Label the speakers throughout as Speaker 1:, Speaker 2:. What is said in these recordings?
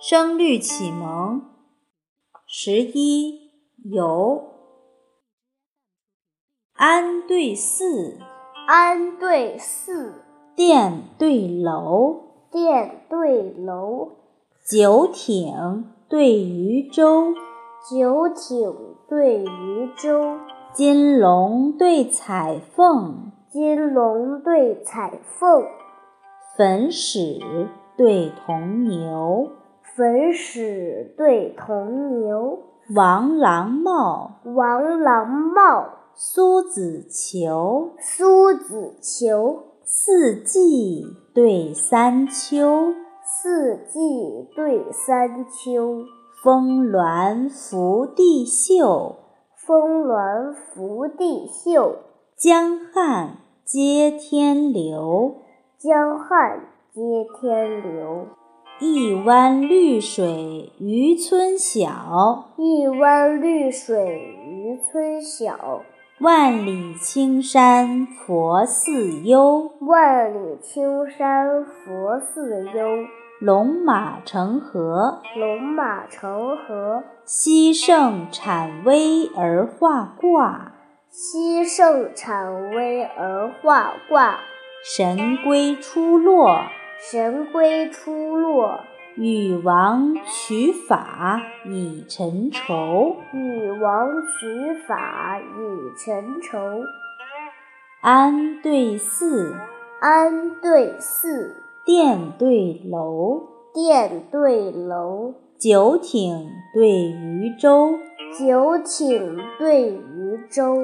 Speaker 1: 声律启蒙十一游，安对寺，
Speaker 2: 安对寺，
Speaker 1: 殿对楼，
Speaker 2: 殿对楼，
Speaker 1: 九艇对渔舟，
Speaker 2: 九艇对渔舟，
Speaker 1: 金龙对彩凤，
Speaker 2: 金龙对彩凤，
Speaker 1: 粉史对铜牛，
Speaker 2: 粉史对铜牛，
Speaker 1: 王郎帽，
Speaker 2: 王郎帽，
Speaker 1: 苏子裘，
Speaker 2: 苏子裘，
Speaker 1: 四季对三秋，
Speaker 2: 四季对三秋，
Speaker 1: 峰峦伏地秀，
Speaker 2: 峰峦伏地秀，
Speaker 1: 江汉接天流。
Speaker 2: 江汉接天流。
Speaker 1: 一湾绿水渔村小，
Speaker 2: 一湾绿水渔村小，
Speaker 1: 万里青山佛寺幽。
Speaker 2: 万里青山佛寺幽。
Speaker 1: 龙马成河，
Speaker 2: 龙马成河，
Speaker 1: 西胜产威而画挂。
Speaker 2: 西胜产威而画挂。
Speaker 1: 神龟出落，
Speaker 2: 神龟出落，
Speaker 1: 禹王取法以陈畴。
Speaker 2: 禹王取法以陈畴。
Speaker 1: 安对寺，
Speaker 2: 安对寺，
Speaker 1: 殿对楼，
Speaker 2: 殿对楼，
Speaker 1: 九艇对渔舟，
Speaker 2: 九艇对渔舟，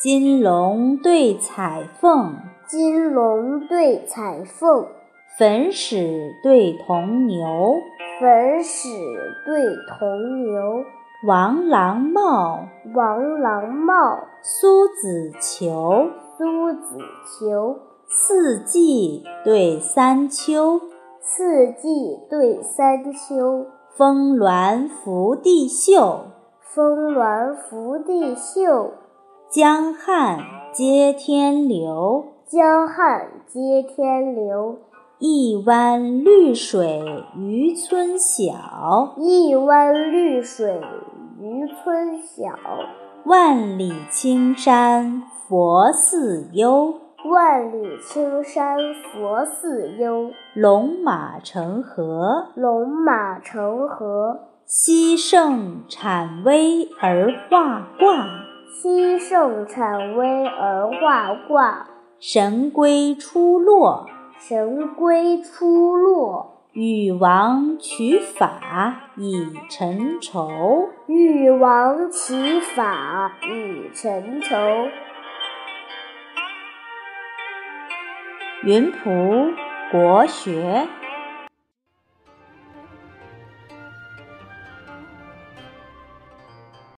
Speaker 1: 金龙对彩凤，
Speaker 2: 金龙对彩凤，
Speaker 1: 粉史对铜牛，
Speaker 2: 粉史对铜牛，
Speaker 1: 王郎帽，
Speaker 2: 王郎帽，
Speaker 1: 苏子裘，
Speaker 2: 苏子裘，
Speaker 1: 四季对三秋，
Speaker 2: 四季对三秋，
Speaker 1: 峰峦伏地秀，
Speaker 2: 峰峦伏地秀，
Speaker 1: 江汉接天流。
Speaker 2: 江汉接天流。
Speaker 1: 一湾绿水渔村小，
Speaker 2: 一湾绿水渔村小，
Speaker 1: 万里青山佛寺幽。
Speaker 2: 万里青山佛寺幽。
Speaker 1: 龙马成河，
Speaker 2: 龙马成河，
Speaker 1: 西胜产威而画挂。
Speaker 2: 西胜产威而画挂。
Speaker 1: 神龟出落，
Speaker 2: 神龟出落，
Speaker 1: 禹王取法以陈畴。
Speaker 2: 禹王骑法以陈畴。
Speaker 1: 云浦国学。